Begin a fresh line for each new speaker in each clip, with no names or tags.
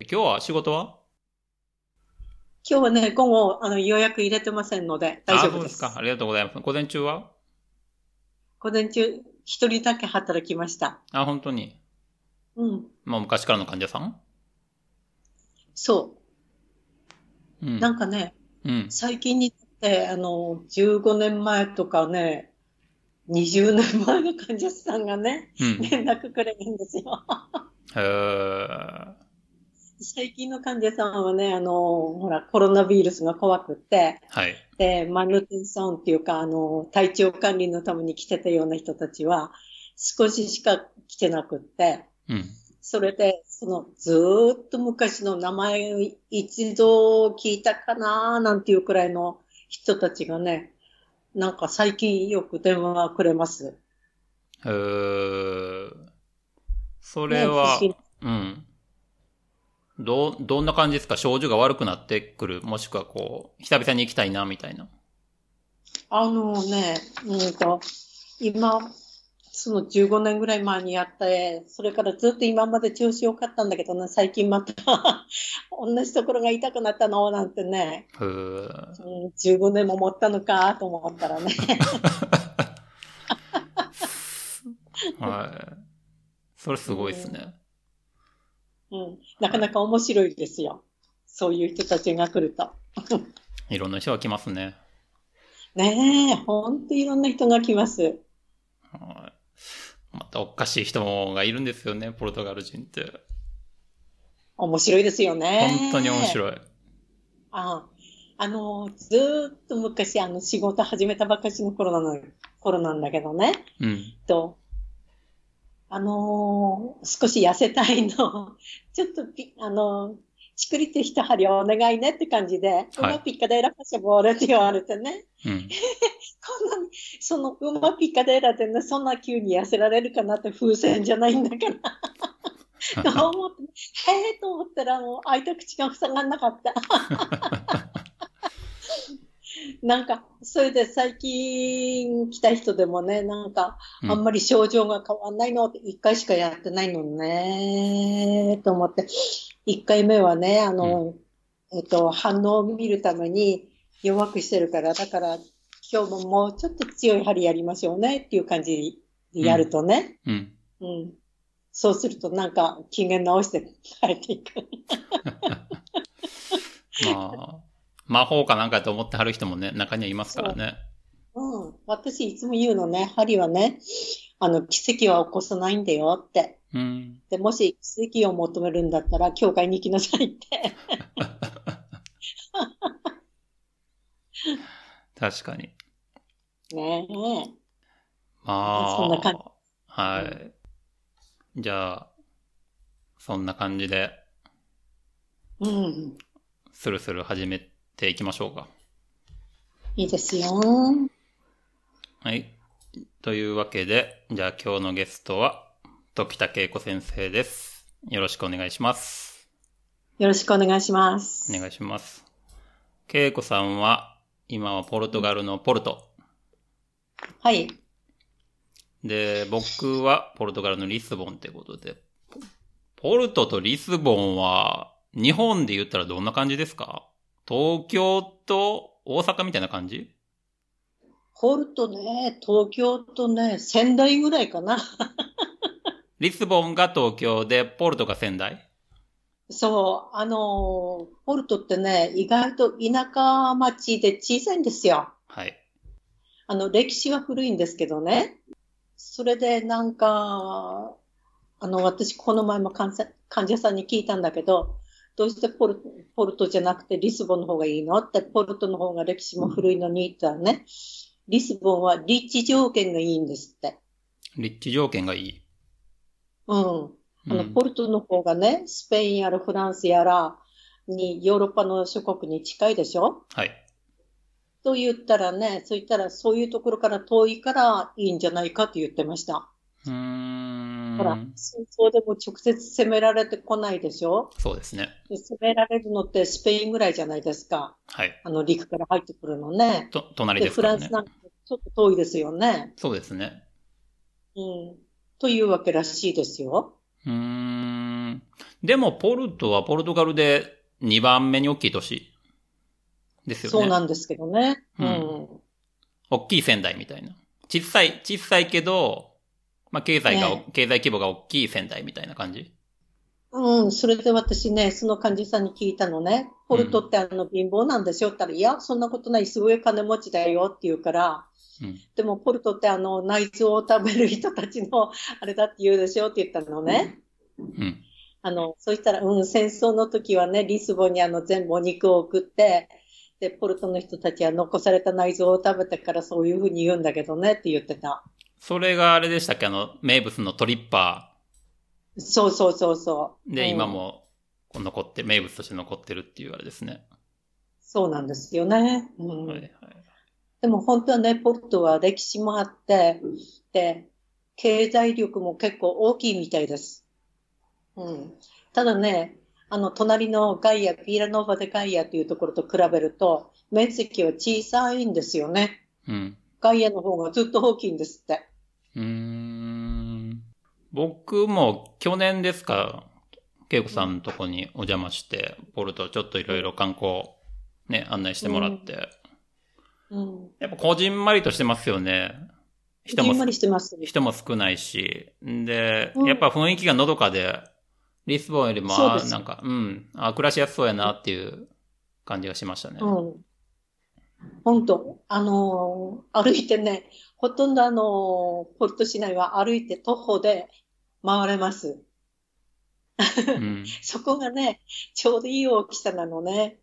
今日は仕事は
今日はね、午後、あの、予約入れてませんので、大丈
あそう
夫
で
ですす。
か。ありがとうございます。午前中は
午前中、一人だけ働きました。
あ、本当に。
うん。
まあ、昔からの患者さん
そうう。
ん。
なんかね、
うん。
最近になって、あの、15年前とかね、20年前の患者さんがね、
うん。へ
連絡くれるんですよ。
ー
最近の患者さんはね、あの、ほら、コロナウイルスが怖くって、
はい。
で、マヌテンさんっていうか、あの、体調管理のために来てたような人たちは、少ししか来てなくって、
うん。
それで、その、ずーっと昔の名前を一度聞いたかなーなんていうくらいの人たちがね、なんか最近よく電話くれます。
へーそ
こ
れは、うん。どう、どんな感じですか症状が悪くなってくるもしくはこう、久々に行きたいな、みたいな。
あのね、うんと、今、その15年ぐらい前にやって、それからずっと今まで調子良かったんだけどね、最近また 同じところが痛くなったのなんてね、
へー
うん、15年も持ったのかと思ったらね、
はい。それすごいですね。
うん、なかなか面白いですよ。そういう人たちが来ると。
いろんな人が来ますね。
ねえ、ほんといろんな人が来ます。
はい。またおかしい人がいるんですよね、ポルトガル人って。
面白いですよね。
本当に面
い。
白い。
ああの、ずーっと昔、あの、仕事始めたばっかしの頃なの、頃なんだけどね。
うん。
と、あのー少し痩せたいの。 ちょっとピ、あのーちくりって一針お願いねって感じで、うまピッカデーラパシャボールって言われてね。
うん。
こんなに、そのうまピッカデーラってね、そんな急に痩せられるかなって風船じゃないんだ から。と思って、ええと思ったらもう開いた口が塞がんな かった。なんか、それで最近来た人でもね、なんか、
うん
あんまり症状が変わんないのって、一回しかやってないのね、と思って、一回目はね、あの、えっと、反応を見るために弱くしてるから、だから、今日ももうちょっと強い針やりましょうねっていう感じでやるとね、
うん。
うん。そうするとなんか機嫌直して帰っていく。
まあ、魔法かなんかと思ってはる人もね、中にはいますからね。
うん。私いつも言うのね、針はね、あの、奇跡は起こさないんだよって。
うん。
で、もし奇跡を求めるんだったら、教会に行きなさいって。
確かに。
ねえ。
まあ、
そんな感じ
はい。じゃあ、そんな感じで、
うん。
スルスル始めていきましょうか。
いいですよ。
はい。というわけで、じゃあ今日のゲストは、時田恵子先生です。よろしくお願いします。
よろしくお願いします。
お願いします。恵子さんは、今はポルトガルのポルト。
はい。
で、僕はポルトガルのリスボンってことで、ポポルトとリスボンは、日本で言ったらどんな感じですか東京と大阪みたいな感じ
ポルトね、東京とね、仙台ぐらいかな。
リスボンが東京で、ポルトが仙台
そう、あのー、ポルトってね、意外と田舎町で小さいんですよ。
はい。
あの、歴史は古いんですけどね。それでなんか、あの、私この前も患者患者さんに聞いたんだけど、どうしてポルポルトじゃなくてリスボンの方がいいのって、ポルトの方が歴史も古いのにって言ったらね、リスボンは立地条件がいいんですって。
立地条件がいい。
うん。あ
う
の、
ん
ポルトの方がね、スペインやらフランスやらに、ヨーロッパの諸国に近いでしょ
はい。
と言ったらね、そう言ったらそういうところから遠いからいいんじゃないかって言ってました。
うーん。
ほら、戦争でも直接攻められてこないでしょ
そうですね。
で攻められるのってスペインぐらいじゃないですか。
はい。
あの、陸から入ってくるのね。
と、隣
で、
です
フ
か
ラ
ら
ン
ね
ス。なんかちょっと遠いですよね。
そうですね。
うん。というわけらしいですよ。
うーん。ん。でも、ポルトはポルトガルで2番目に大きい都市ですよね。
そうなんですけどね。
う
うんん。
大きい仙台みたいな。小さい、小さいけど、まあ、経済が、
え
経済規模が大きい仙台みたいな感じ。
うん、それで私ね、その患者さんに聞いたのね、ポルトってあの貧乏なんでしょって言ったら、いや、そんなことない、すごい金持ちだよって言うから、
うん
でもポルトってあの内臓を食べる人たちのあれだって言うでしょって言ったのね。
うん。
あの、そしたら、うん、戦争の時はね、リスボンにあの全部お肉を送って、で、ポルトの人たちは残された内臓を食べたからそういうふうに言うんだけどねって言ってた。
それがあれでしたっけあの、名物のトリッパ
そうそうそうそう。
ーで、
うん
今。も残って、名物として残ってるっていうあれですね。
そうなんですよね。うん。
はいはい。
でも本当はね、ポルトは歴史もあって、で、経済力も結構大きいみたいです。うん。ただね、あの、隣のガイア、ピーラノーバでガイアというところと比べると、面積は小さいんですよね。
うん。
ガイアの方がずっと大きいんですって。
うーん。僕も去年ですか、恵子さんのとこにお邪魔して、ポルトちょっといろいろ観光、ね、案内してもらって。
うん。
やっぱこじんまりとしてますよね。人
じ
も
んま、りしてます。
人も少ないし。んで、
うん
やっぱ雰囲気がのどかで、リスボンよりも、
そう
あ
です
なんか、うん、あ暮らしやすそうやなっていう感じがしましたね。
うん。本当、あのー歩いてね、ほとんどあのーポルト市内は歩いて徒歩で回れます。
うん。
そこがね、ちょうどいい大きさなのね。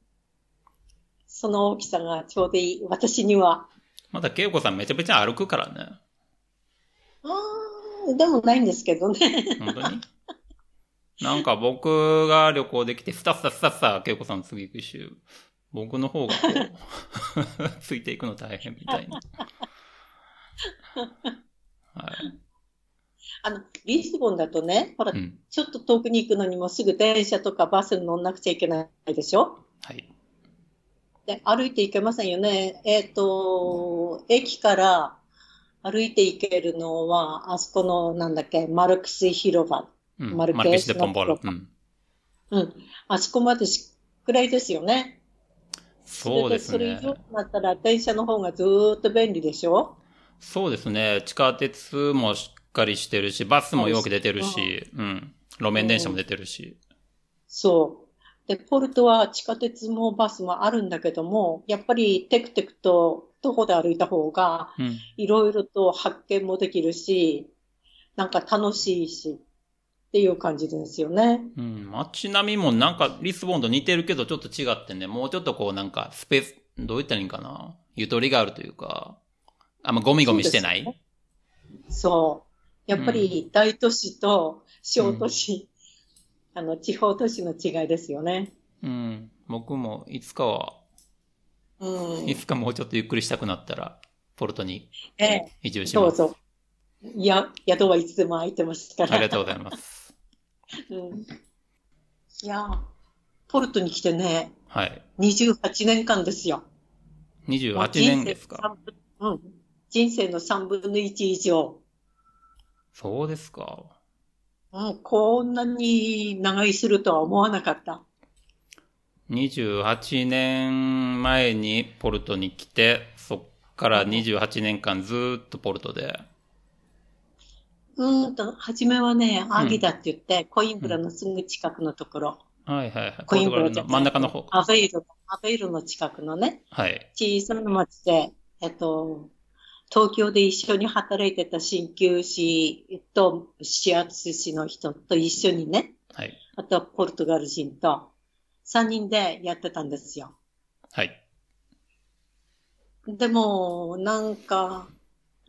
その大きさがちょうどいい。私には。
また、恵子さんめちゃめちゃ歩くからね。
あーでもないんですけどね。
本 当になんか僕が旅行できて、スタスタスタスタ、恵子さん次行くし、僕の方がこう、 ついていくの大変みた いな。はい。
あの、リスボンだとね、ほら
う、ん。
ちょっと遠くに行くのにもすぐ電車とかバスに乗んなくちゃいけないでしょ
はい。
で、歩いて行けませんよね。えっ、と、駅から歩いて行けるのは、あそこの、なんだっけ、マルクス広場。
うん、マ
マ
ル
ルケース
ケーシュ・でポンボール。うん。
うん。あそこまでしくらいですよね。
そうです
れ
ね
でそ。れ以上になったら、電車の方がずーっと便利でしょ
そうですね。地下鉄もしっかりしてるし、バスもよく出てるし、うん。路面電車も出てるし。
そう。で、ポルトは地下鉄もバスもあるんだけども、やっぱりテクテクと徒歩で歩いた方が、
うん。
いろいろと発見もできるし、なんか楽しいし、っていう感じですよね。
うん。街並みもなんかリスボンと似てるけどちょっと違ってね、もうちょっとこうなんかスペース、どう言ったらいいんかな。ゆとりがあるというか、あんまゴミゴミしてない。
そうそう。やっぱり大都市と小都市、あの、地方都市の違いですよね。
うん。僕もいつかは、
うん。
いつかもうちょっとゆっくりしたくなったら、ポルトに
ええ、
移住し
ど
ま
う
す。
ぞ。いや、宿はいつでも空いてますか
あ
ら。
りがとうございます。
うん。いや、ポルトに来てね、
はい。
28年間ですよ。
28年ですか。
もう人生の三分うん。人生の3分の1以上。
そうですか。
うん、こんなに長居するとは思わなかった。
28年前にポルトに来て、そっから28年間ずーっとポルトで。
うーんと、初めはね、アーギダって言って、コインブラのすぐ近くのところ。
はいはいはい。
コインブラ
ポルトガルの真ん中の方。
アフェイロ、アフェイロの近くのね、
はい。
小さな町で、えっと、東京で一緒に働いてた鍼灸師と市圧師の人と一緒にね、
はい。
あとはポルトガル人と3人でやってたんですよ。
はい。
でも、なんか、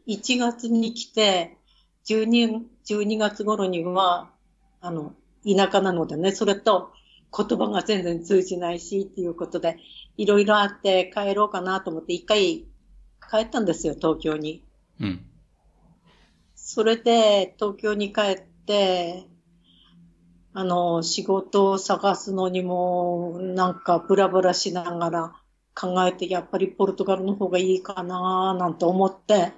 1月に来て、12、12月頃には、あの、田舎なのでね、それと言葉が全然通じないし、っていうことで、いろいろあって帰ろうかなと思って、一回帰ったんですよ、東京に。
うん。
それで、東京に帰って、あの、仕事を探すのにも、なんか、ブラブラしながら考えて、やっぱりポルトガルの方がいいかな、なんて思って、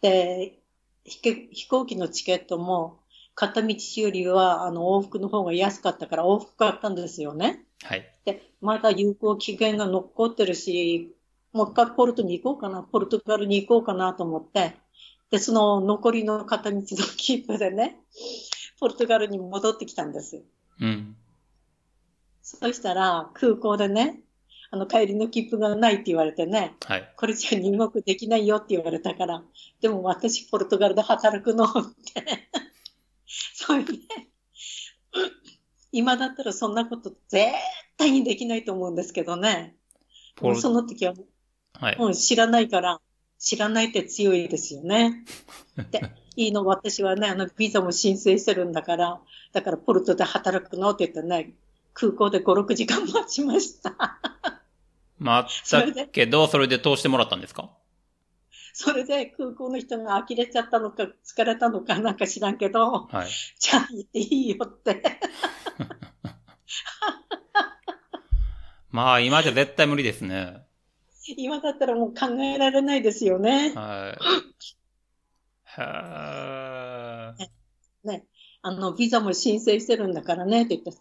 で、飛行飛行機のチケットも、片道よりは、あの、往復の方が安かったから往復買ったんですよね。
はい。
で、まだ有効期限が残ってるし、もう一回ポルトに行こうかな、ポルトガルに行こうかなと思って、で、その残りの片道の切符でね、ポルトガルに戻ってきたんです。
うん。
そしたら、空港でね、あの、帰りの切符がないって言われてね、
はい。
これじゃ入国できないよって言われたから、でも私、ポルトガルで働くのって。 それで、今だったらそんなこと絶対にできないと思うんですけどね。
ポル
その時は
はい。
もう知らないから、知らないって強いですよね。で、いいの、私はね、あの、ビザも申請してるんだから、だからポルトで働くのって言ってね、空港で5、6時間待ちました。
ま
そ
っ
れ
た
で
けど、それで通してもらったんですか
それで空港の人が呆れちゃったのか、疲れたのかなんか知らんけど、
はい。
じゃあ行っていいよって。
まあ、今じゃ絶対無理ですね。
今だったらもう考えられないですよね。
はい。へえ。
ね。あの、ビザも申請してるんだからねって言って、も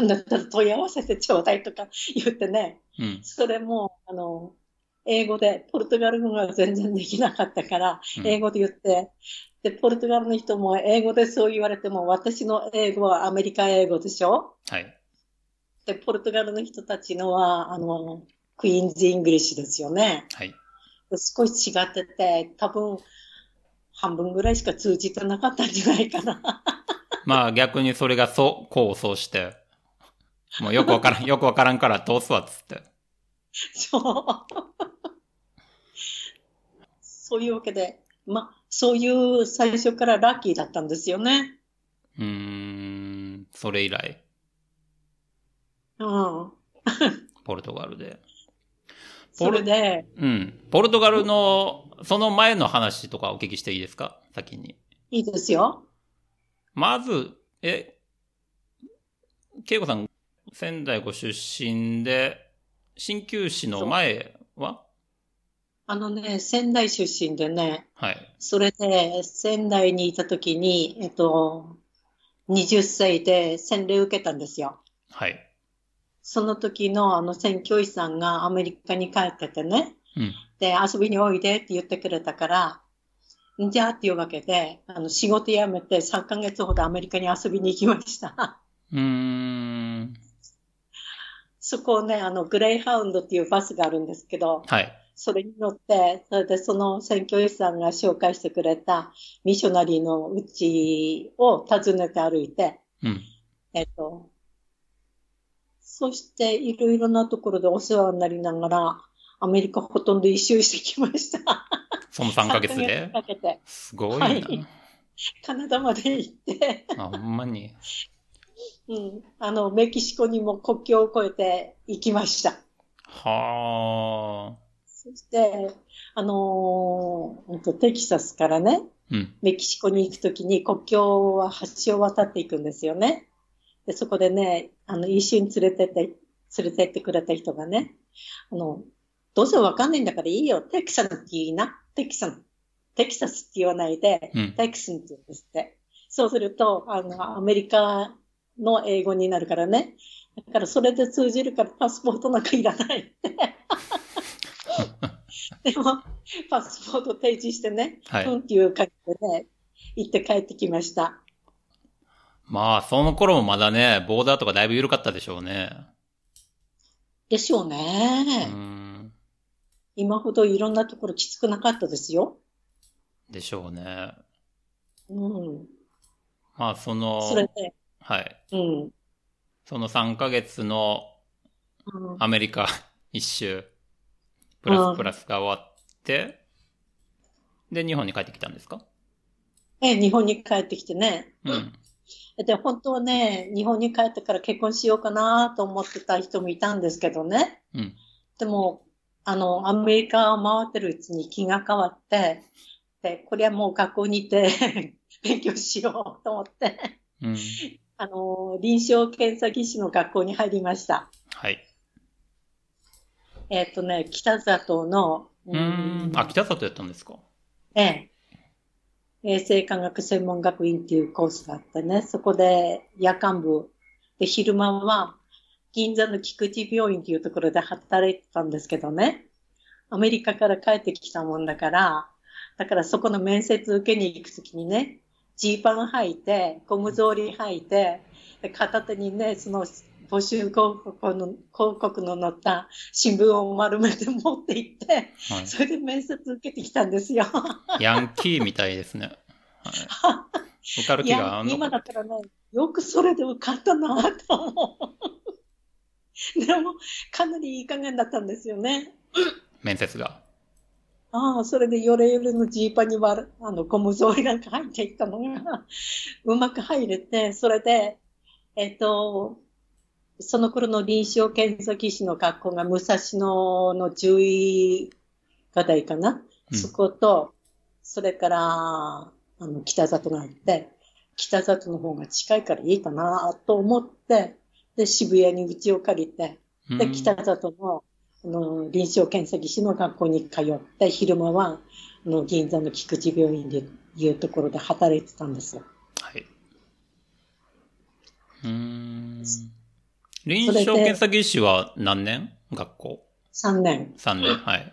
うなんだったら問い合わせてちょうだいとか言ってね。
うん。
それも、あの、英語で、ポルトガル語が全然できなかったから、
うん
英語で言って、で、ポルトガルの人も英語でそう言われても、私の英語はアメリカ英語でしょ
はい。
で、ポルトガルの人たちのは、あの、クイーンズ・イングリッシュですよね。
はい。
で少し違ってて、多分、半分ぐらいしか通じてなかったんじゃないかな。
まあ、逆にそれがそう、こうそうして、もうよくわからん、 よくわからんから通すわ、つって。
そう。そういうわけで、ま、そういう最初からラッキーだったんですよね。
うーん。それ以来、
うん。
ポルトガルで。
それで、
うん。ポルトガルの、その前の話とかお聞きしていいですか先に。
いいですよ。
まず、え、恵子さん、仙台ご出身で、鍼灸師の前は
あのね、仙台出身でね、
はい。
それで仙台にいた時に、えっと、20歳で洗礼を受けたんですよ。
はい。
その時のあの宣教師さんがアメリカに帰っててね、
うん。
で、遊びにおいでって言ってくれたから、んじゃあっていうわけで、あの仕事辞めて3ヶ月ほどアメリカに遊びに行きました。
うーん。
そこをね、あの、グレイハウンドっていうバスがあるんですけど、
はい。
それに乗って、それでその宣教師さんが紹介してくれたミッショナリーのうちを訪ねて歩いて、
うん。
えっと、そしていろいろなところでお世話になりながら、アメリカほとんど一周してきました。
その3ヶ月
3
で
ヶ月かけて、
すごいな。
はいカナダまで行って、
あ、ほんまに。
うん、あの、メキシコにも国境を越えて行きました。
は
そして、あのーうんとテキサスからね、
あ。うん。
メキシコに行くときに国境は橋を渡っていくんですよね。で、そこでね、あの、一緒に連れてって、連れてってくれた人がね、あの、どうせわかんないんだからいいよ、テキサスって言いな、テキサス、テキサスって言わないで、
うん。
テキサスって言うんですって。そうすると、あの、アメリカの英語になるからね。だからそれで通じるからパスポートなんかいらない って。でも、パスポート提示してね、
はい
うんっていう感じでね、行って帰ってきました。
まあ、その頃もまだね、ボーダーとかだいぶ緩かったでしょうね。
でしょう
う
ね。
ーん。
今ほどいろんなところきつくなかったですよ。
でしょうね。
うん。
まあ、その、
それで、
はい。
うん。
その3ヶ月の
うん
アメリカ 一周、プラス
うん
プラスが終わって、で、日本に帰ってきたんですか
え、日本に帰ってきてね。
うん。
で、本当はね、日本に帰ってから結婚しようかなと思ってた人もいたんですけどね。
うん。
でも、あの、アメリカを回ってるうちに気が変わって、で、これはもう学校に行って 勉強しようと思って、
うん。
あの、臨床検査技師の学校に入りました。
はい。
えっ、とね、北里の、
うーん。あ、北里やったんですか
ええ。衛生科学専門学院っていうコースがあってね、そこで夜間部で昼間は銀座の菊池病院っていうところで働いてたんですけどね、アメリカから帰ってきたもんだから、だからそこの面接受けに行くときにね、ジーパン履いて、ゴム草履履いて、で片手にね、その募集広告の、広告の載った新聞を丸めて持って行って、
はい
それで面接受けてきたんですよ。
ヤンキーみたいですね。 はい。受かる
い
気があ
や、
んの
今だ
か
ったらね、よくそれで受かったなぁと思う。でも、かなりいい加減だったんですよね。
面接が。
ああ、それでヨレヨレのジーパンにわるあの、ゴム草履なんか入っていったのが、うまく入れて、それで、えっ、と、その頃の臨床検査技師の学校が武蔵野の獣医課題かな、
うん
そこと、それから、あの、北里があって、北里の方が近いからいいかなと思って、で、渋谷に家を借りて、
うん
で、北里の、あの、臨床検査技師の学校に通って、昼間は、あの、銀座の菊池病院でいうところで働いてたんですよ。
はい。うーん。臨床検査技師は何年学校
3年。
?3 年。はい。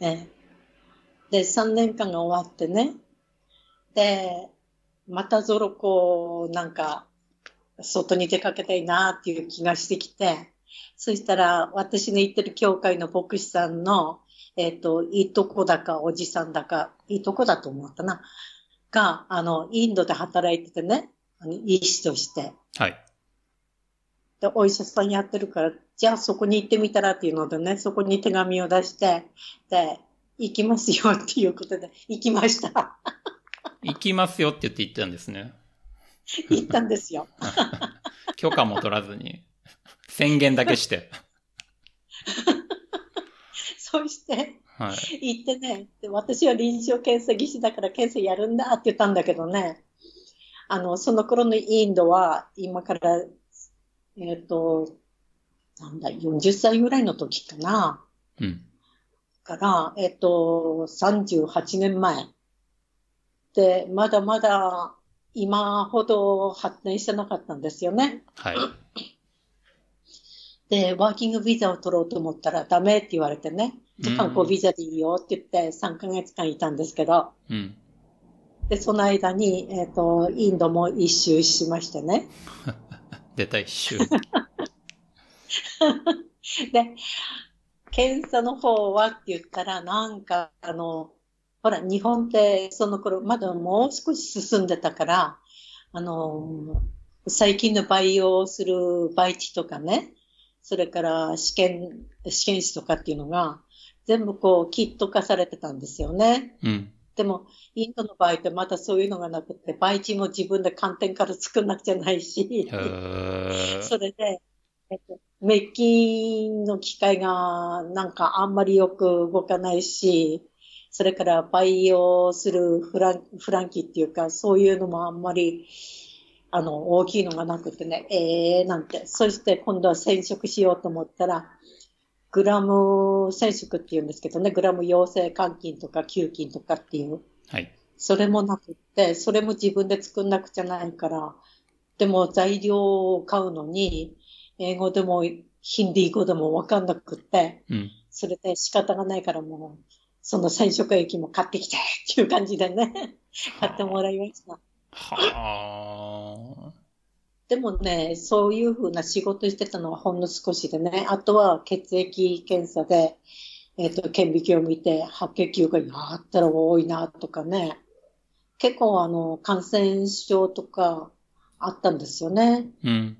ね。で、3年間が終わってね。で、またぞろこう、なんか、外に出かけたいなっていう気がしてきて、そしたら、私の行ってる教会の牧師さんの、えっ、と、いとこだか、おじさんだか、いとこだと思ったな、が、あの、インドで働いててね、あの医師として。
はい。
で、お医者さんやってるから、じゃあそこに行ってみたらっていうのでね、そこに手紙を出して、で、行きますよっていうことで、行きました。
行きますよって言って行ったんですね。
行ったんですよ。
許可も取らずに。 宣言だけして。
そして、
はい。
行ってねで、私は臨床検査技師だから検査やるんだって言ったんだけどね、あの、その頃のインドは、今から、えっ、と、なんだ、40歳ぐらいの時かな。
うん。
から、えっと、38年前。で、まだまだ今ほど発展してなかったんですよね。
はい。
で、ワーキングビザを取ろうと思ったらダメって言われてね。じゃあ観光ビザでいいよって言って3ヶ月間いたんですけど。
うん。
で、その間に、えっと、インドも一周しましてね。
出た一周。
で、検査の方はって言ったら、なんか、あの、ほら、日本ってその頃、まだもう少し進んでたから、あの、最近の培養する培地とかね、それから試験、試験紙とかっていうのが、全部こう、キット化されてたんですよね。
うん。
でも、インドの場合ってまだそういうのがなくて、培地も自分で寒天から作んなくちゃないし
へ。ー
それで、えっと、メッキの機械がなんかあんまりよく動かないし、それから培養するフランフランキーっていうか、そういうのもあんまり、あの、大きいのがなくてね、ええー、なんて。そして今度は染色しようと思ったら、グラム染色っていうんですけどね、グラム陽性肝菌とか球菌とかっていう、
はい。
それもなくって、それも自分で作んなくちゃないから、でも材料を買うのに、英語でもヒンディー語でもわかんなくって、
うん。
それで仕方がないからもう、その染色液も買ってきてっていう感じでね、買ってもらいました。
はあ。
でもね、そういうふうな仕事してたのはほんの少しでね、あとは血液検査で、えっ、と、顕微鏡を見て、白血球がやったら多いなとかね、結構あの、感染症とかあったんですよね。
うん。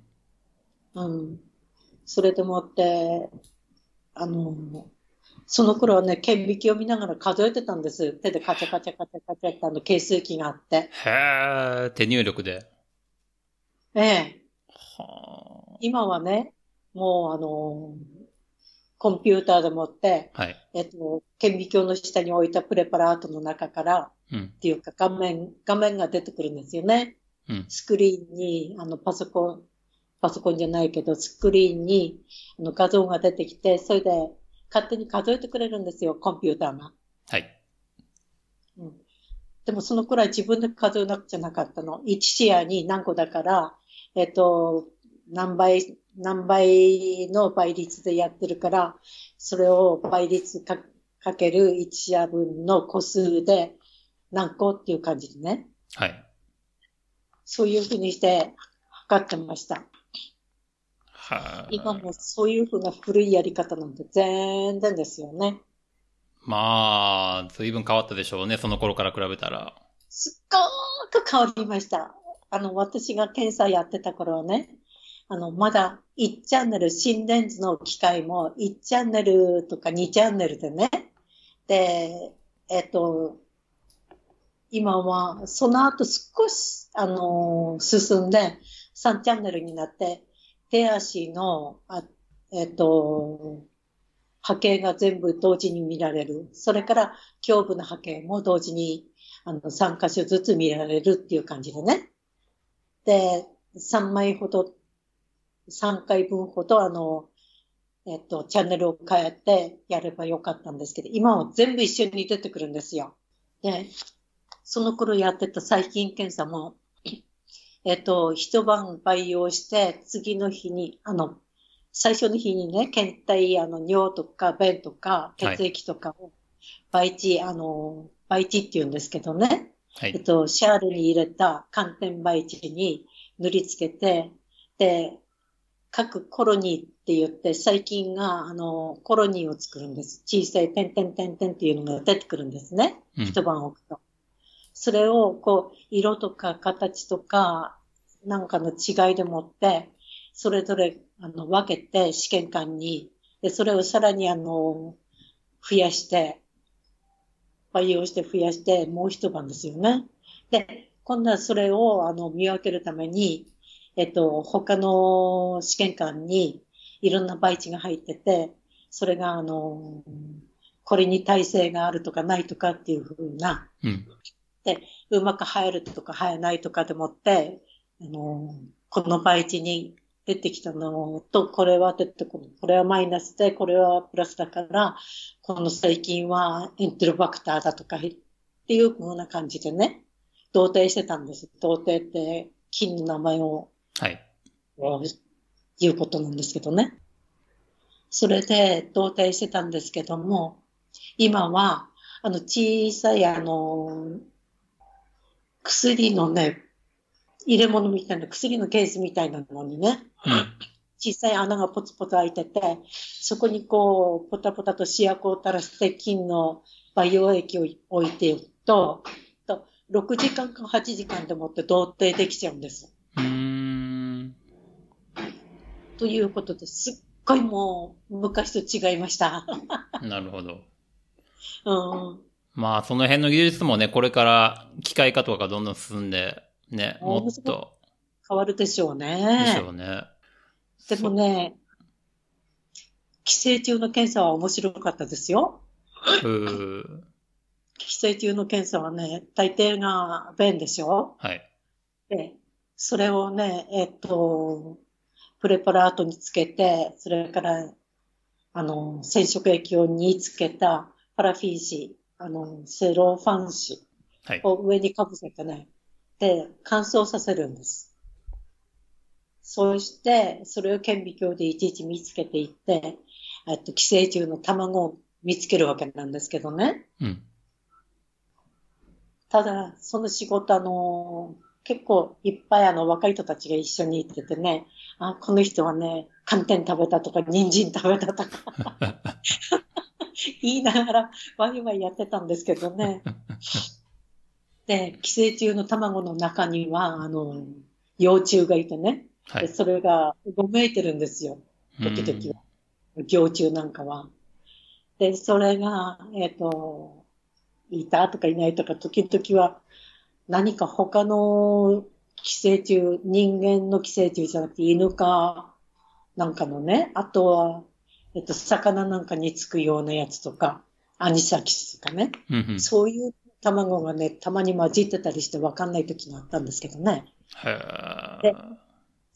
うん。それでもって、あの、その頃はね、顕微鏡を見ながら数えてたんです。手でカチャカチャカチャカチャってあの、計数機があって。
へえ、手入力で。
ええ。
は
今はね、もうあの、コンピューターでもって、
あ。はい。
えっと、顕微鏡の下に置いたプレパラートの中から、
うん。
っていうか画面、画面が出てくるんですよね。
うん。
スクリーンに、あの、パソコン、パソコンじゃないけど、スクリーンに、あの、画像が出てきて、それで、勝手に数えてくれるんですよ、コンピューターが。
はい。
うんでもそのくらい自分で数えなくちゃなかったの。1試合に何個だから、えっと、何倍、何倍の倍率でやってるから、それを倍率かかける1試合分の個数で何個っていう感じでね。
はい。
そういうふうにして測ってました。
はい。
今もそういうふうな古いやり方なんて全然ですよね。
まあ、随分変わったでしょうね、その頃から比べたら。
すっごく変わりました。あの、私が検査やってた頃はね、あの、まだ1チャンネル、心電図の機械も1チャンネルとか2チャンネルでね、で、えっと、今は、その後少し、あの進んで、3チャンネルになって、手足の、あえっと、波形が全部同時に見られる。それから、胸部の波形も同時にあの、3箇所ずつ見られるっていう感じでね。で、3枚ほど、3回分ほど、あの、えっと、チャンネルを変えてやればよかったんですけど、今は全部一緒に出てくるんですよ。で、その頃やってた細菌検査も、えっと、一晩培養して、次の日に、あの、最初の日にね、検体、あの、尿とか、便とか、
はい
血液とかを、培地、あの、培地って言うんですけどね、
は
えっ
い。
と、シャールに入れた寒天培地に塗りつけて、で、各コロニーって言って、細菌が、あの、コロニーを作るんです。小さい点々点々っていうのが出てくるんですね。
うん
一晩置くと。それを、こう、色とか形とか、なんかの違いでもって、それぞれ、あの、分けて試験管に、で、それをさらに、あの、増やして、培養して増やして、もう一晩ですよね。で、今度はそれを、あの、見分けるために、えっと、他の試験管にいろんな培地が入ってて、それが、あの、これに耐性があるとかないとかっていうふうな、
うん。
うまく入るとか入らないとかでもって、あの、この培地に出てきたのと、これは出てこないこれはマイナスで、これはプラスだから、この細菌はエンテロバクターだとかっていうふうな感じでね、同定してたんです。同定って菌の名前を
はい。
いうことなんですけどね。それで、同定してたんですけども、今は、あの、小さい、あの、薬のね、入れ物みたいな、薬のケースみたいなのにね、
うん。
小さい穴がポツポツ開いてて、そこにこう、ポタポタと試薬を垂らして、菌の培養液を置いておくと、と6時間か8時間でもって同定できちゃうんです。
うーん。
ということですっごいもう昔と違いました。
なるほど。
うん。
まあ、その辺の技術もね、これから機械化とかがどんどん進んで、ね、
もう
もっと、
変わるでしょう
でし
ね。
ょうね。
でもね、寄生虫の検査は面白かったですよ。
うー
寄生虫の検査はね、大抵が便でしょ
はい。
で、それをね、えっと、プレパラートにつけて、それから、あの、染色液をにつけたパラフィン紙、あの、セロファン紙
はい。
を上にかぶせてね、で、乾燥させるんです。そうして、それを顕微鏡でいちいち見つけていって、えっと、寄生虫の卵を見つけるわけなんですけどね。
うん。
ただ、その仕事、あの、結構いっぱいあの若い人たちが一緒に行っててね、あ、この人はね、寒天食べたとか、人参食べた とか、言いながらワイワイやってたんですけど ね。で、寄生虫の卵の中には、あの、幼虫がいてね、
は
で
い。
それがうごめいてるんですよ。時々は。行中なんかは。で、それが、えっ、と、いたとかいないとか、時々は何か他の寄生虫、人間の寄生虫じゃなくて犬かなんかのね、あとは、えっ、と、魚なんかにつくようなやつとか、アニサキスとかね、
うん。うんうん。
そういう卵がね、たまに混じってたりしてわかんない時があったんですけどね。
へ
で
ー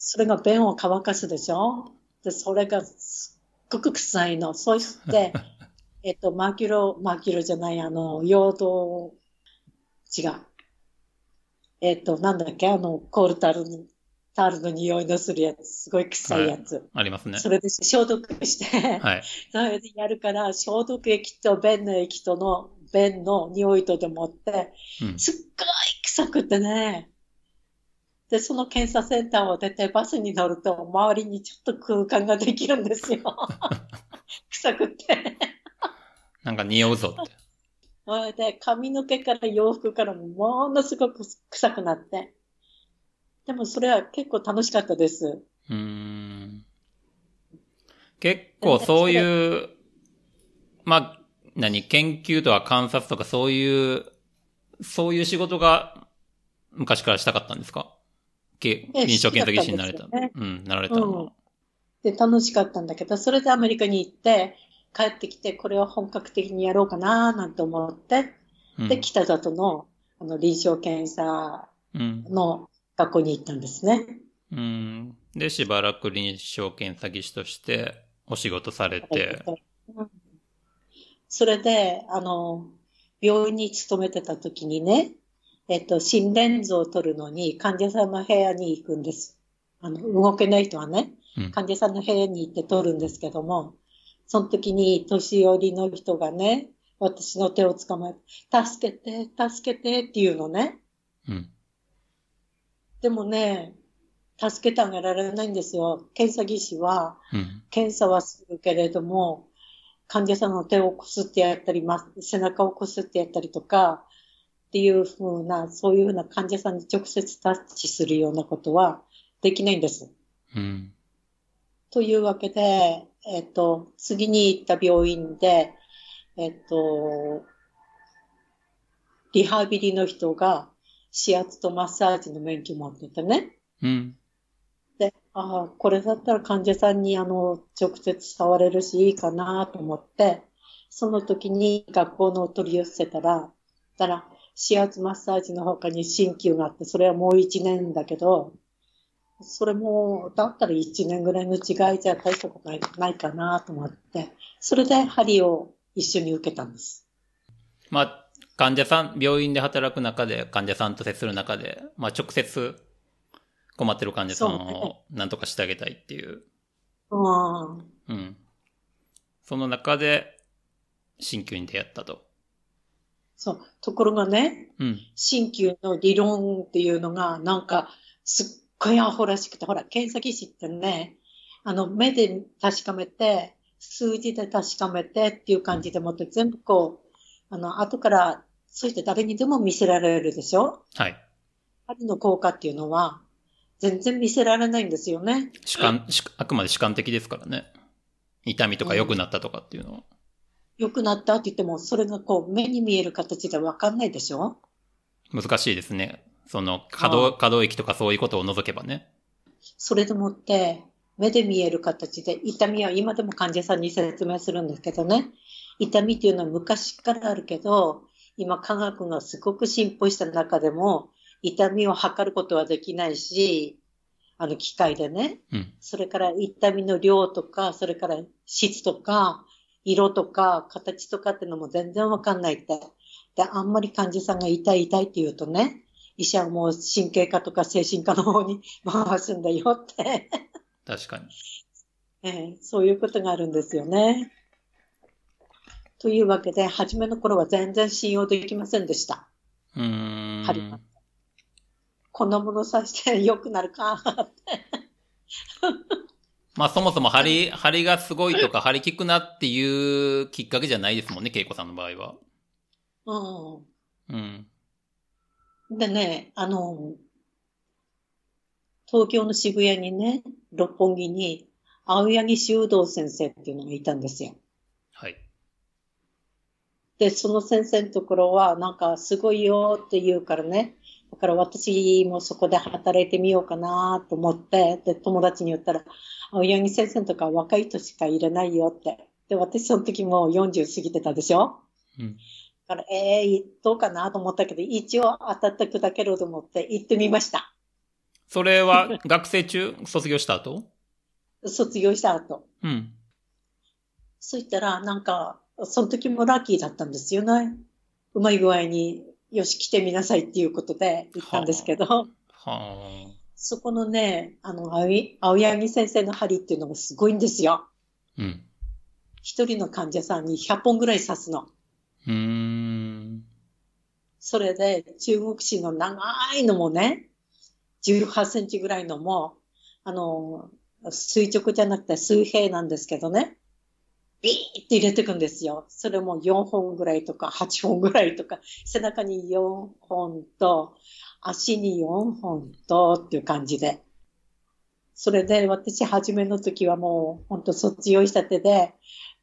それが便を乾かすでしょで、それがすっごく臭いの。そして、えっと、マキュロ、マキュロじゃない、あの、溶動、違う。えっ、と、なんだっけあの、コールタールの、タールの匂いのするやつ。すごい臭いやつ。
ありますね。
それで消毒して、
はい。
それでやるから、消毒液と便の液との、便の匂いとでもって、
うん。
すっごい臭くてね。で、その検査センターを出てバスに乗ると、周りにちょっと空間ができるんで すよ。臭くて。
なんか匂うぞって。
それで、髪の毛から洋服からもものすごく臭くなって。でもそれは結構楽しかったです。
うーん。結構そういう、まあ、何、研究とか観察とかそういう、そういう仕事が昔からしたかったんですかけ
ええ
臨床検査技師になれた。
好きだったんで
うん、なられたのは。
で、楽しかったんだけど、それでアメリカに行って、帰ってきて、これを本格的にやろうかななんて思って、
うん
で、北里の、あの、臨床検査
うん。
の学校に行ったんですね。
うん。で、しばらく臨床検査技師としてお仕事されて、
うんそれで、あの、病院に勤めてた時にね、えっと、心電図を取るのに患者さんの部屋に行くんです。あの、動けない人はね、
うん
患者さんの部屋に行って取るんですけども、その時に年寄りの人がね、私の手を捕まえて、助けて、助けてっていうのね。
うん。
でもね、助けてあげられないんですよ。検査技師は、
うん。
検査はするけれども、患者さんの手をこすってやったり、ま、背中をこすってやったりとか、っていうふうな、そういうふうな患者さんに直接タッチするようなことはできないんです。
うん。
というわけで、えっと、次に行った病院で、えっと、リハビリの人が、指圧とマッサージの免許持っててね。
うん。
で、ああ、これだったら患者さんにあの、直接触れるしいいかなと思って、その時に学校のお取り寄せたら、たら、指圧マッサージの他に鍼灸があって、それはもう1年だけど、それも、だったら1年ぐらいの違いじゃ大したことないないかなと思って、それで針を一緒に受けたんです。
まあ、患者さん、病院で働く中で、患者さんと接する中で、まあ、直接困ってる患者さん
そう
を
ね
何とかしてあげたいっていう。
うん。
うん。その中で、鍼灸に出会ったと。
そう。ところがね、
うん。
新旧の理論っていうのが、なんか、すっごいアホらしくて、ほら、検査技師ってね、あの、目で確かめて、数字で確かめてっていう感じでもって、全部こう、あの、後から、そうして誰にでも見せられるでしょ
はい。
針の効果っていうのは、全然見せられないんですよね。
主 観、主あくまで主観的ですからね。痛みとか良くなったとかっていうのは。
良くなったって言っても、それがこう、目に見える形でわかんないでしょ
難しいですね。その、可動、可動域とかそういうことを除けばね。
それでもって、目で見える形で、痛みは今でも患者さんに説明するんですけどね、痛みっていうのは昔からあるけど、今科学がすごく進歩した中でも、痛みを測ることはできないし、あの機械でね、
うん。
それから痛みの量とか、それから質とか、色とか、形とかってのも全然わかんないって。で、あんまり患者さんが痛い痛いって言うとね、医者はもう神経科とか精神科の方に回すんだよって、
確かに。
ええそういうことがあるんですよね。というわけで、初めの頃は全然信用できませんでした。
うーん。
針がこんなものさして 良くなるか。
まあそもそも張り、張りがすごいとか張り効くなっていうきっかけじゃないですもんね、恵子さんの場合は。
うん。
うん。
でね、あの、東京の渋谷にね、六本木に、青柳修道先生っていうのがいたんですよ。
はい。
で、その先生のところは、なんか、すごいよって言うからね、だから私もそこで働いてみようかなと思って、で、友達に言ったら、青柳先生とか若い人しか入れないよって。で、私その時もう40過ぎてたでしょ
うん。
だから、ええどうかなと思ったけど、一応当たって砕けろと思って行ってみました。
それ は学生中卒業した後
卒業した後。
うん。
そしたら、なんか、その時もラッキーだったんですよね。うまい具合によし、来てみなさいっていうことで行ったんですけど、
はあ。
そこのね、あの、青い青柳先生の針っていうのがすごいんですよ。
うん。
一人の患者さんに100本ぐらい刺すの。
うーん。
それで、中国紙の長いのもね、18センチぐらいのも、あの、垂直じゃなくて水平なんですけどね、ビーって入れていくんですよ。それも4本ぐらいとか8本ぐらいとか、背中に4本と、足に4本とっていう感じで。それで私初めの時はもうほんと卒業したてで、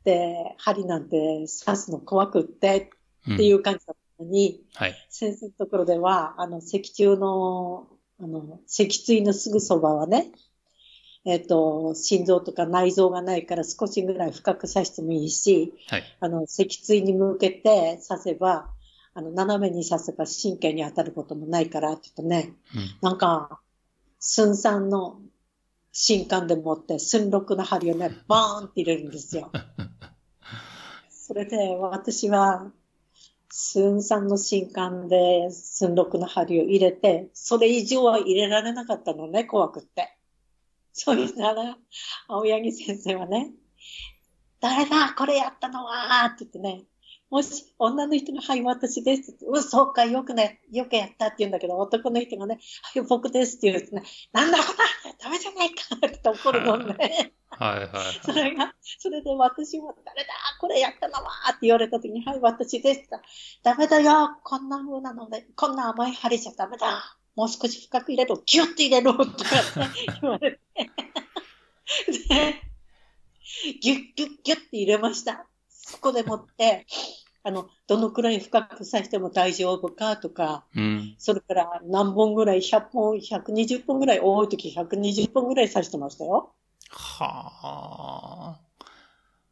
で、針なんて刺すの怖くって
うん
っていう感じだったのに、
はい。
先生のところでは、あの、脊柱の、あの、脊椎のすぐそばはね、えっ、と、心臓とか内臓がないから少しぐらい深く刺してもいいし、
はい。
あの、脊椎に向けて刺せば、あの、斜めに刺せば神経に当たることもないから、ちょっとね、
うん。
なんか、寸三の新刊でもって、寸六の針をね、バーンって入れるんですよ。それで、私は、寸三の新刊で寸六の針を入れて、それ以上は入れられなかったのね、怖くって。そしたら、青柳先生はね、誰だ、これやったのはって言ってね、もし女の人が、はい、私ですって、うん、そうか、よくね、よくやったって言うんだけど、男の人がね、はい、僕ですって言うとね、なんだこら、ダメじゃないかって怒るもんね。
はいはい
そ
はい。
れが、それで私も、誰だ、これやったのはって言われた時に、はい、私ですって言ったらダメだよ、こんな風なので、こんな甘い針じゃダメだ。もう少し深く入れろ、ギュッて入れろ、とかね言われて。で、ギュッギュッギュッって入れました。そこでもって、あの、どのくらい深く刺しても大丈夫かとか、
うん。
それから何本ぐらい、100本、120本ぐらい、多い時120本ぐらい刺してましたよ。
は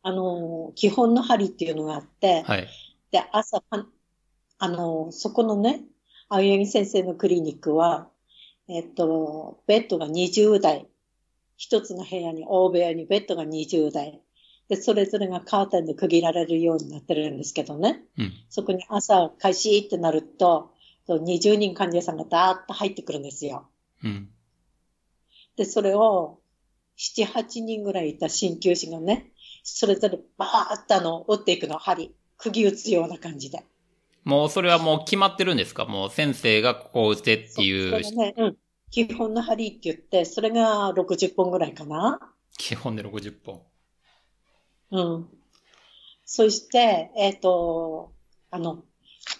あの、基本の針っていうのがあって
あ。、はい。
で、朝、パンあの、そこのね、青柳先生のクリニックは、えっと、ベッドが20台。一つの部屋に、大部屋にベッドが20台。で、それぞれがカーテンで区切られるようになってるんですけどね。
うん。
そこに朝開始ってなると、20人患者さんがダーッと入ってくるんですよ。
うん。
で、それを、七、八人ぐらいいた鍼灸師がね、それぞれバーッとあの、折っていくの、針。釘打つような感じで。
もうそれはもう決まってるんですかもう先生がここ打てっていう
それがね、うん。基本の針って言って、それが60本ぐらいかな。
基本で60本。
うん。そして、えっ、と、あの、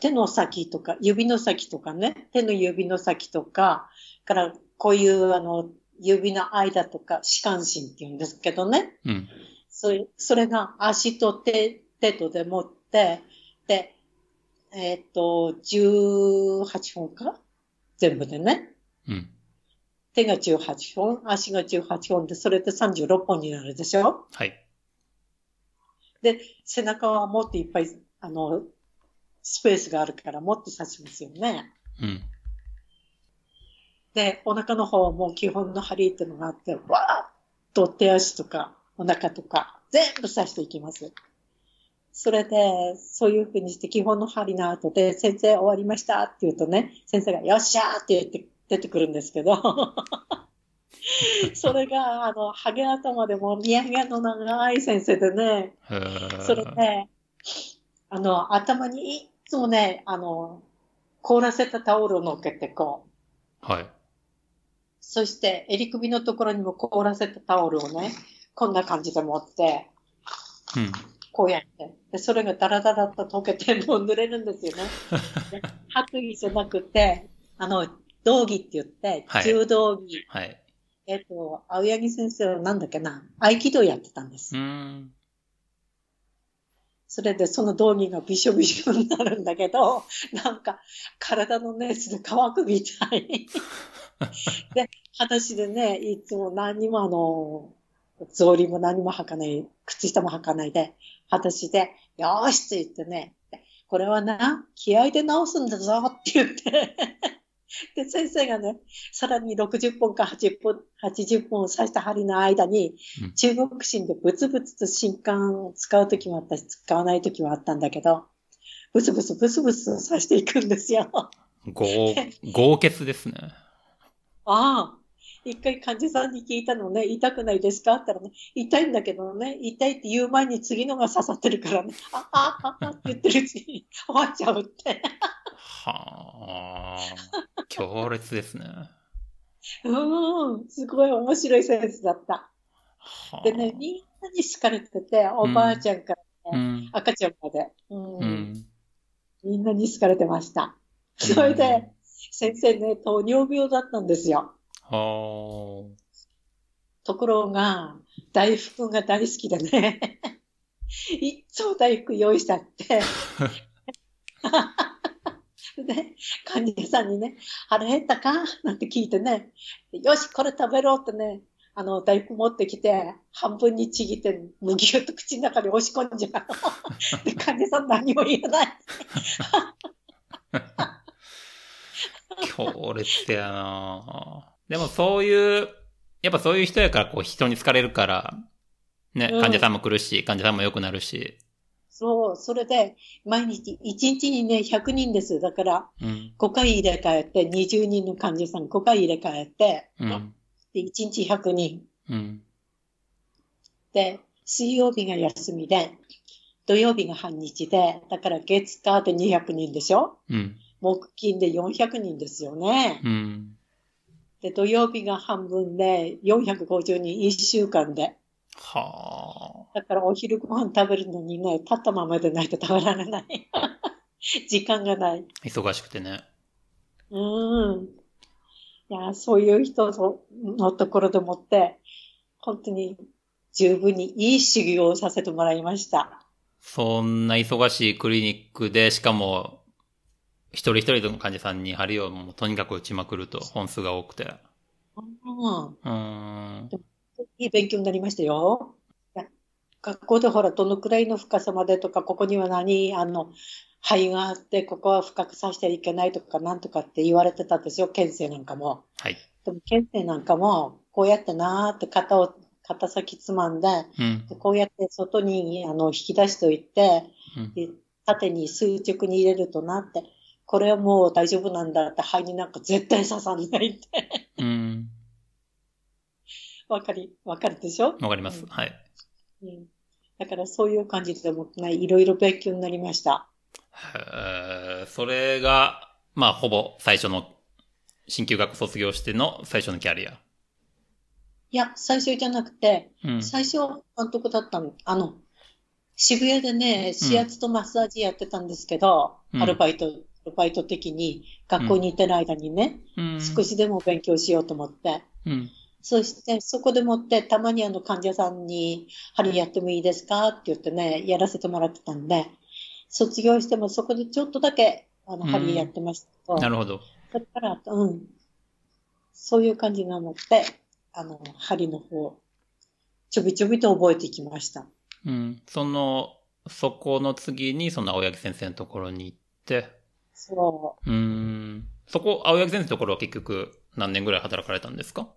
手の先とか、指の先とかね、手の指の先とか、から、こういう、あの、指の間とか、歯間心って言うんですけどね。
うん。
それそれが足と手手とで持って、で、えっ、と、18本か全部でね。
うん。
手が18本、足が18本で、それで36本になるでしょ
はい。
で、背中はもっといっぱい、あの、スペースがあるからもっと刺しますよね。
うん。
で、お腹の方も基本の針っていうのがあって、わーっと手足とかお腹とか全部刺していきます。それで、そういう風にして基本の針の後で、先生終わりましたって言うとね、先生がよっしゃーって言って出てくるんですけど、それが、あの、ハゲ頭でも見上げの長い先生でね、
へー
それね、あの、頭にいつもね、あの、凍らせたタオルを乗っけてこう、
はい。
そして、襟首のところにも凍らせたタオルをね、こんな感じで持って、
うん。
こうやって。で、それがダラダラと溶けて、もう濡れるんで すよね。で白衣じゃなくて、あの、道着って言って
は、い
柔道着。
はい。
えっと、青柳先生はなんだっけな、合気道やってたんで
う
す。
ーん。
それで、その道着がびしょびしょになるんだけど、なんか、体の熱で乾くみたい。で、裸足でね、いつも何にもあの、草履も何も履かない、靴下も履かないで、裸足で、よーしって言ってね、これはな、気合で直すんだぞって言って、で、先生がね、さらに60本か80本、80本を刺した針の間に
うん、
中国針でブツブツと新刊を使うときもあったし、使わないときもあったんだけど、ブスブスブスブスさしていくんですよ。 あ
豪、豪傑ですね。
あ。一回患者さんに聞いたのね、痛くないですかって言ったらね、痛いんだけどね、痛いって言う前に次のが刺さってるからね、ああ、ああ、って言ってるうちに終わっちゃうって。
はあ。強烈ですね。
うん、すごい面白いセンスだった。
はあ。
でね、みんなに好かれてて、おばあちゃんから
うん。
赤ちゃんまで、うん
うん。
みんなに好かれてました。それで、先生ね、糖尿病だったんですよ。
うん。は
ところが、大福が大好きでね、 いっつも大福用意したって。 で、患者さんにね、腹減ったかなんて聞いてね、よし、これ食べろってね、あの、大福持ってきて、半分にちぎって、むぎゅっと口の中に押し込んじゃう。 で、患者さん何も言えない。
あ。強烈やなでもそういう、やっぱそういう人やからこう人に好かれるから、ね、
うん
患者さんも来るし、患者さんも良くなるし。
そう、それで、毎日、1日にね、100人です。だから、
うん。
5回入れ替えて、20人の患者さん5回入れ替えて、
うん。
で、1日100人。
うん。
で、水曜日が休みで、土曜日が半日で、だから月火で200人でしょ
うん。
木金で400人ですよね。
うん。
で、土曜日が半分で450人1週間で。
は
だからお昼ご飯食べるのにね、立ったままでないと食べられない。 時間がない。
あ。忙しくてね。
うん。いや、そういう人のところでもって、本当に十分にいい修行をさせてもらいました。
そんな忙しいクリニックで、しかも、一人一人の患者さんに針をもうとにかく打ちまくると、本数が多くて。
うん。
うーん。
いい勉強になりましたよ。いや学校でほら、どのくらいの深さまでとか、ここには何、あの、肺があって、ここは深くさせてはいけないとか、なんとかって言われてたんですよ、県生なんかも。
はい。
でも県生なんかも、こうやってなーって肩を、肩先つまんで、
うん。
でこうやって外にあの引き出しておいて、
うん
で縦に垂直に入れるとなって、これはもう大丈夫なんだって、肺になんか絶対刺さないって、
うん。
わかり、わかるでしょ、
わかります
う。ん
はい。
うん、だからそういう感じでもってね、いろいろ勉強になりました。
へーそれが、まあ、ほぼ最初の、新旧学卒業しての最初のキャリア。
いや、最初じゃなくて、
うん。
最初は監督だったの。あの、渋谷でね、指圧とマッサージやってたんですけど、
うん
アルバイト、アルバイト的に学校に行ってる間にね、
うん
少。しでも勉強しようと思って。
うん。
そして、そこでもって、たまにあの患者さんに、針やってもいいですかって言ってね、やらせてもらってたんで、卒業してもそこでちょっとだけ、あの、
うん
針やってましたけど、
なるほど。
それから、うん。そういう感じなので、あの、針の方、ちょびちょびと覚えていきました。
うん。その、そこの次に、その青柳先生のところに行って、
そう
ーん。そこ、青柳先生のところは結局、何年ぐらい働かれたんですか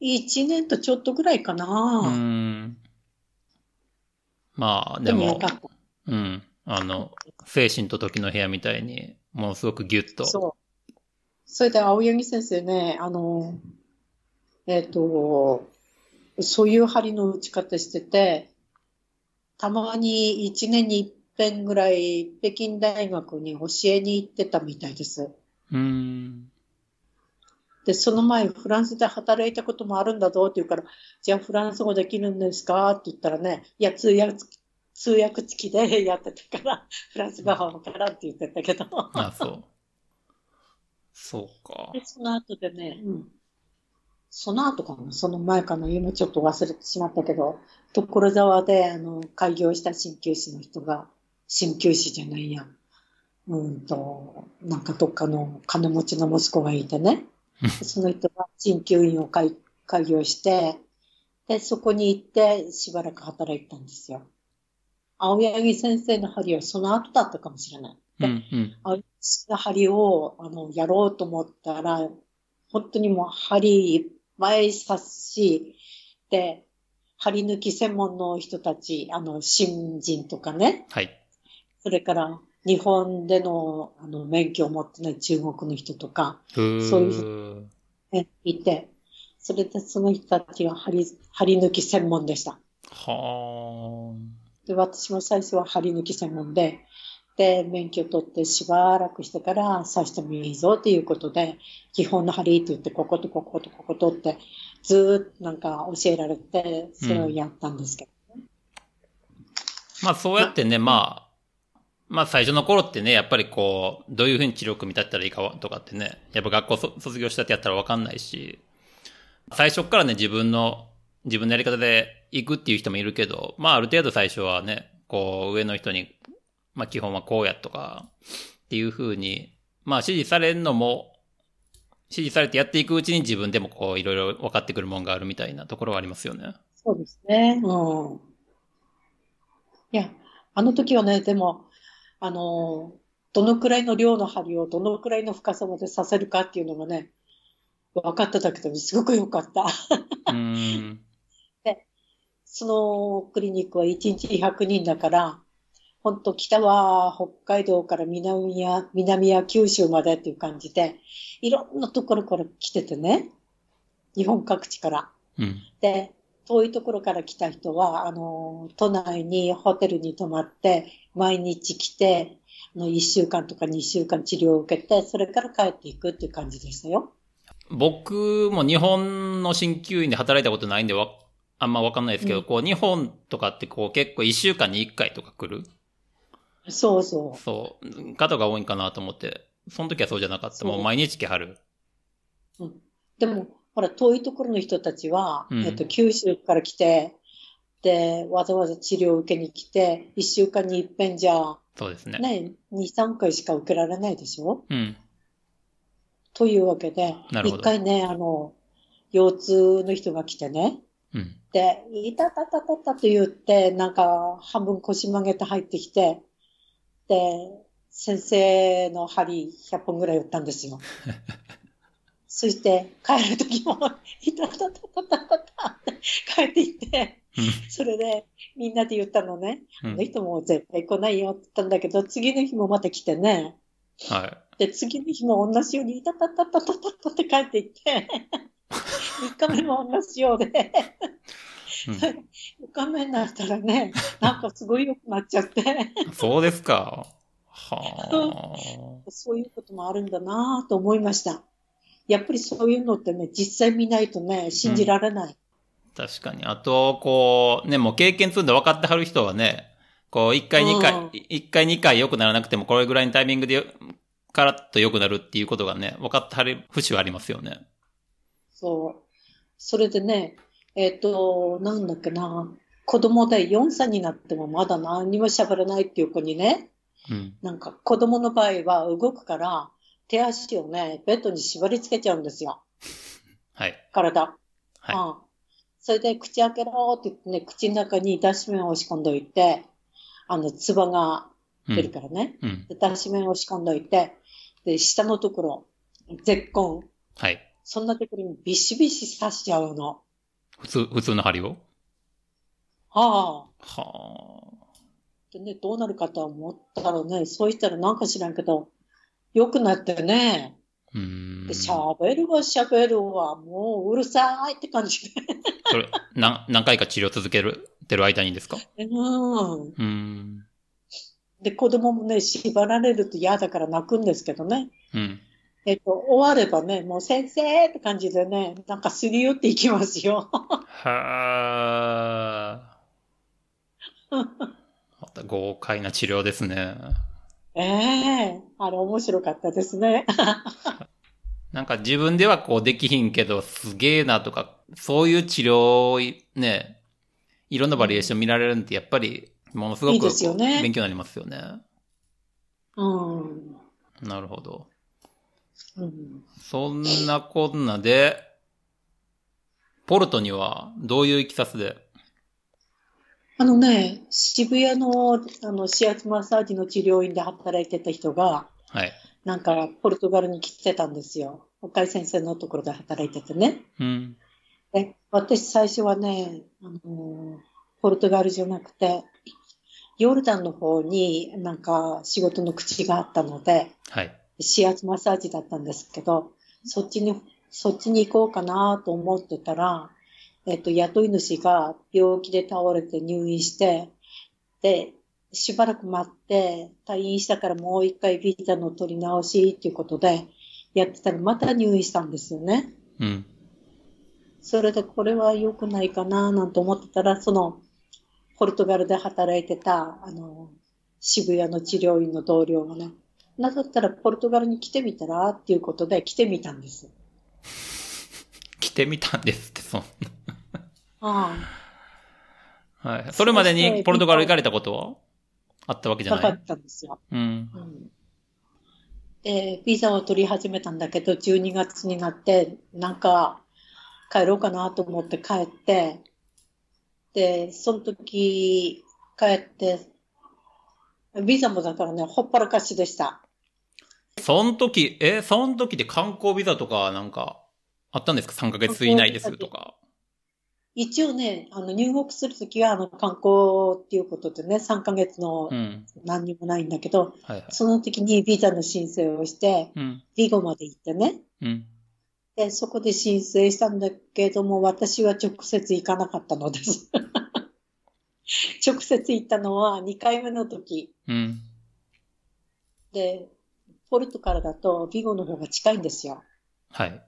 う。1年とちょっとぐらいか
うー
な。
ん。まあ、で
でもよ
も
か、った。
うん。あの、精神と時の部屋みたいに、ものすごくギュッと。
そう。それで青柳先生ね、あの、えっ、と、そういう針の打ち方してて、たまに1年に一遍ぐらい北京大学に教えに行ってたみたいです。
うーん。
で、その前フランスで働いたこともあるんだぞって言うから、じゃあフランス語できるんですかって言ったらね、いや、通訳つき、通訳付きでやってたから、フランス語はわからんって言ってたけど。
あ、そう。そうか。
で、その後でね、うん。その後かな、その前かな、今ちょっと忘れてしまったけど、所沢で、あの、開業した鍼灸師の人が、鍼灸師じゃないや。うんと、なんかどっかの金持ちの息子がいて ね、その人が鍼灸院を開開業して、で、そこに行ってしばらく働いてたんですよ。青柳先生の針はその後だったかもしれない。
う
で
ん、うん。
あの針をあのやろうと思ったら、本当にもう針いっぱい刺すし、で、針抜き専門の人たち、あの、新人とかね、
はい。
それから、日本でのあの免許を持ってない中国の人とか、
そう
いう
いう。
ねいて、それでその人たちは張り、張り抜き専門でした。
は
で、私も最初は張り抜き専門で、で、免許取ってしばらくしてから、刺してもいいぞっていうことで、基本の張りって言って、こことこことこことって、ずーっとなんか教えられて、それをやったんですけど。
あ。まあそうやってね、まあ、まあ最初の頃ってね、やっぱりこう、どういうふうに治療組み立ったらいいかわとかってね、やっぱ学校そ卒業したってやったらわかんないし、最初っからね、自分の、自分のやり方で行くっていう人もいるけど、まあある程度最初はね、こう上の人に、まあ基本はこうやとか、っていうふうに、まあ指示されるのも、指示されてやっていくうちに自分でもこういろいろ分かってくるもんがあるみたいなところはありますよね。
そうですね。うん。いや、あの時はね、でも、あの、どのくらいの量の針をどのくらいの深さまでさせるかっていうのがね、分かっただけですごく良かった。
うーん。
そのクリニックは1日100人だから、本当北は北海道から南や、南や九州までっていう感じで、いろんなところから来ててね、日本各地から。
うん。
で、遠いところから来た人は、あの、都内にホテルに泊まって、毎日来て、あの1週間とか2週間治療を受けて、それから帰っていくっていう感じでしたよ。
僕も日本の鍼灸院で働いたことないんでわ、あんまわかんないですけど、
うん
こう日本とかってこう結構一週間に一回とか来る
そうそ
そう。方が多いんかなと思って。その時はそうじゃなかった。
そう
もう毎日来はる。
う。でも、ほら、遠いところの人たちは、
うん
えっと、九州から来て、で、わざわざ治療を受けに来て、1週間に一遍じゃ、
そうですね。
ね、2、3回しか受けられないでしょ
うん。
というわけで
な、るほど
一回ね、あの、腰痛の人が来てね、
うん。
で、いたたたたたと言って、なんか半分腰曲げて入ってきて、で、先生の針100本ぐらい打ったんです よ。そして帰る時も、いたたたたたたたって帰っていって、それでみんなで言ったのね。
うん。う
あ
ん
の人も絶対来ないよって言ったんだけど、次の日もまた来てね。
は
で、次の日も同じように、いたたたたたたたって帰ってい って、3日目も同じようで。
い。うん
おかめになったらね、なんかすごい良くなっちゃって、
そうですか。は
そういうこともあるんだなぁと思いました。やっぱりそういうのってね、実際見ないとね、信じられない。
あ。確かに。あと、こう、ね、もう経験積んで分かってはる人はね、こう、一回
うん
二回、一回二回良くならなくても、これぐらいのタイミングでよ、カラッと良くなるっていうことがね、分かってはる節はありますよね。
そう。それでね、えっ、と、なんだっけな、子供で4歳になってもまだ何にも喋らないっていう子にね、
うん。
なんか子供の場合は動くから、手足をね、ベッドに縛り付けちゃうんですよ、
はい。
体。
はい。
うん。それで口開けろって言ってね、口の中に脱脂麺を押し込んでおいて、あの、つばが
うん
出るからね。
うん。
で脱脂麺を押し込んでおいて、で、下のところ、絶根。
はい。
そんなところにビシビシ刺しちゃうの。
普通、普通の針を
はあ。
は
でね、どうなるかとは思ったらね、そうしたらなんか知らんけど、良くなってね、
あ。うーん。
で喋るわ喋るわ、もううるさいって感じで。
それ、何、何回か治療続ける、てる間にですか
うん。
うーん。
で、子供もね、縛られると嫌だから泣くんですけどね。
うん。
えっと、終わればね、もう先生って感じでね、なんかすり寄っていきますよ。
はー。また豪快な治療ですね。
ええあれ面白かったですね。
なんか自分ではこうできひんけど、すげえなとか、そういう治療をいね、いろんなバリエーション見られるんって、やっぱり、ものすご
い
く
いですよね
勉強になりますよね。
うん。
なるほど。
うん、
そんなこんなで、ポルトにはどういういきさつで
あのね、渋谷のあの指圧マッサージの治療院で働いてた人が、
はい。
なんかポルトガルに来てたんですよ。岡井先生のところで働いててね。
うん。
で私最初はね、あのーポルトガルじゃなくて、ヨルダンの方になんか仕事の口があったので、
はい。
指圧マッサージだったんですけど、そっちに、そっちに行こうかなと思ってたら、えっと、雇い主が病気で倒れて入院して、で、しばらく待って、退院したからもう一回ビータの取り直しっていうことで、やってたらまた入院したんですよね。
うん。
それでこれは良くないかななんて思ってたら、その、ポルトガルで働いてた、あの、渋谷の治療院の同僚がね、なだったらポルトガルに来てみたらっていうことで来てみたんです。
来てみたんですって、そん
あ
な。はい。それまでにポルトガル行かれたことはあったわけ
あ、
じゃ
かか
ない。
ったんですよ。
うん。
うん。で、ビザを取り始めたんだけど、12月になって、なんか、帰ろうかなと思って帰って、で、その時、帰って、ビザもだからね、ほっぱらかしでした。
その時、え、その時で観光ビザとかなんか、あったんですか ?3 ヶ月以内ですとか。
一応ね、あの、入国するときは、あの、観光っていうことでね、3ヶ月の
うん。
何にもないんだけど、
はいはい。
その時にビザの申請をして、
うん。
リゴまで行ってね、
うん。
で、そこで申請したんだけども、私は直接行かなかったのです。 直接行ったのは2回目の時。
うん。
で、ポルトからだとビゴの方が近いんですよ。
はい。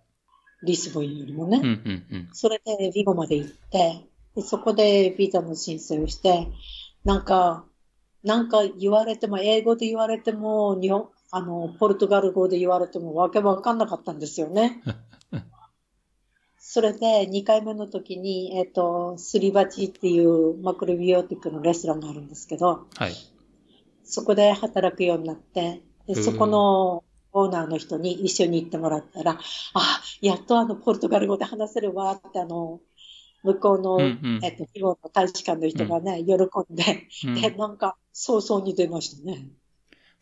リスボンよりもね。
うんうんうん。
それでビゴまで行って、でそこでビザの申請をして、なんか、なんか言われても、英語で言われても、日本、あの、ポルトガル語で言われても、わけわかんなかったんですよね。それで、2回目の時に、えっ、と、スリバチっていうマクロビオティックのレストランがあるんですけど、
はい。
そこで働くようになって、で
うん
そこのオーナーの人に一緒に行ってもらったら、あ、やっとあの、ポルトガル語で話せるわって、あの、向こうの、
うんうん
えっと、フィゴの大使館の人がね、喜んで、
う
で、
ん、
なんか、早々に出ましたね。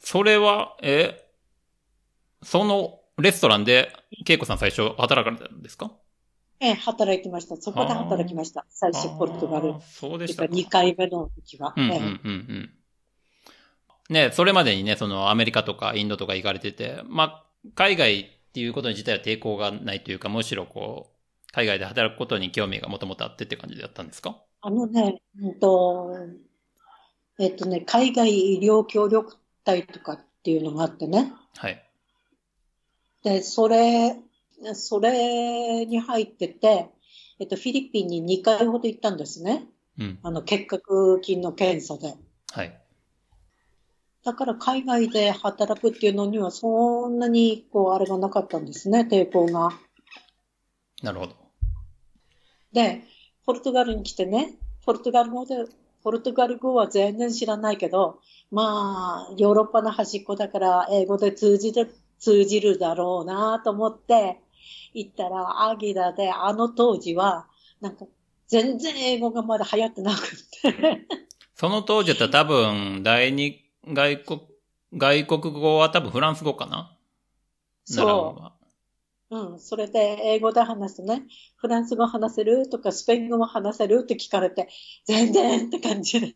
それは、え、そのレストランで、恵子さん最初働かれたんですか
ええ、働いてました。そこで働きました。最初、ポルトガル。
あーそうで
て
し
か
たか。
2回目の時は。
うんうんう
え
ん
え
うん。ねそれまでにね、そのアメリカとかインドとか行かれてて、まあ、海外っていうことに自体は抵抗がないというか、むしろこう、海外で働くことに興味がもともとあってって感じだったんですか
あのね、うんと、えっとね、海外医療協力隊とかっていうのがあってね。
はい。
で、それ、それに入ってて、えっと、フィリピンに2回ほど行ったんですね。
うん。
あの、結核菌の検査で。
はい。
だから海外で働くっていうのにはそんなに、こう、あれがなかったんですね、抵抗が。
なるほど。
で、ポルトガルに来てね、ポルトガル語で、ポルトガル語は全然知らないけど、まあ、ヨーロッパの端っこだから、英語で通じる、通じるだろうなと思って、行ったら、アギラで、あの当時は、なんか、全然英語がまだ流行ってなくて、
その当時だったら多分、第二外国、外国語は多分フランス語かな
そう。
う。
うん、それで英語で話すとね、フランス語話せるとかスペイン語も話せるって聞かれて、全然って感じで。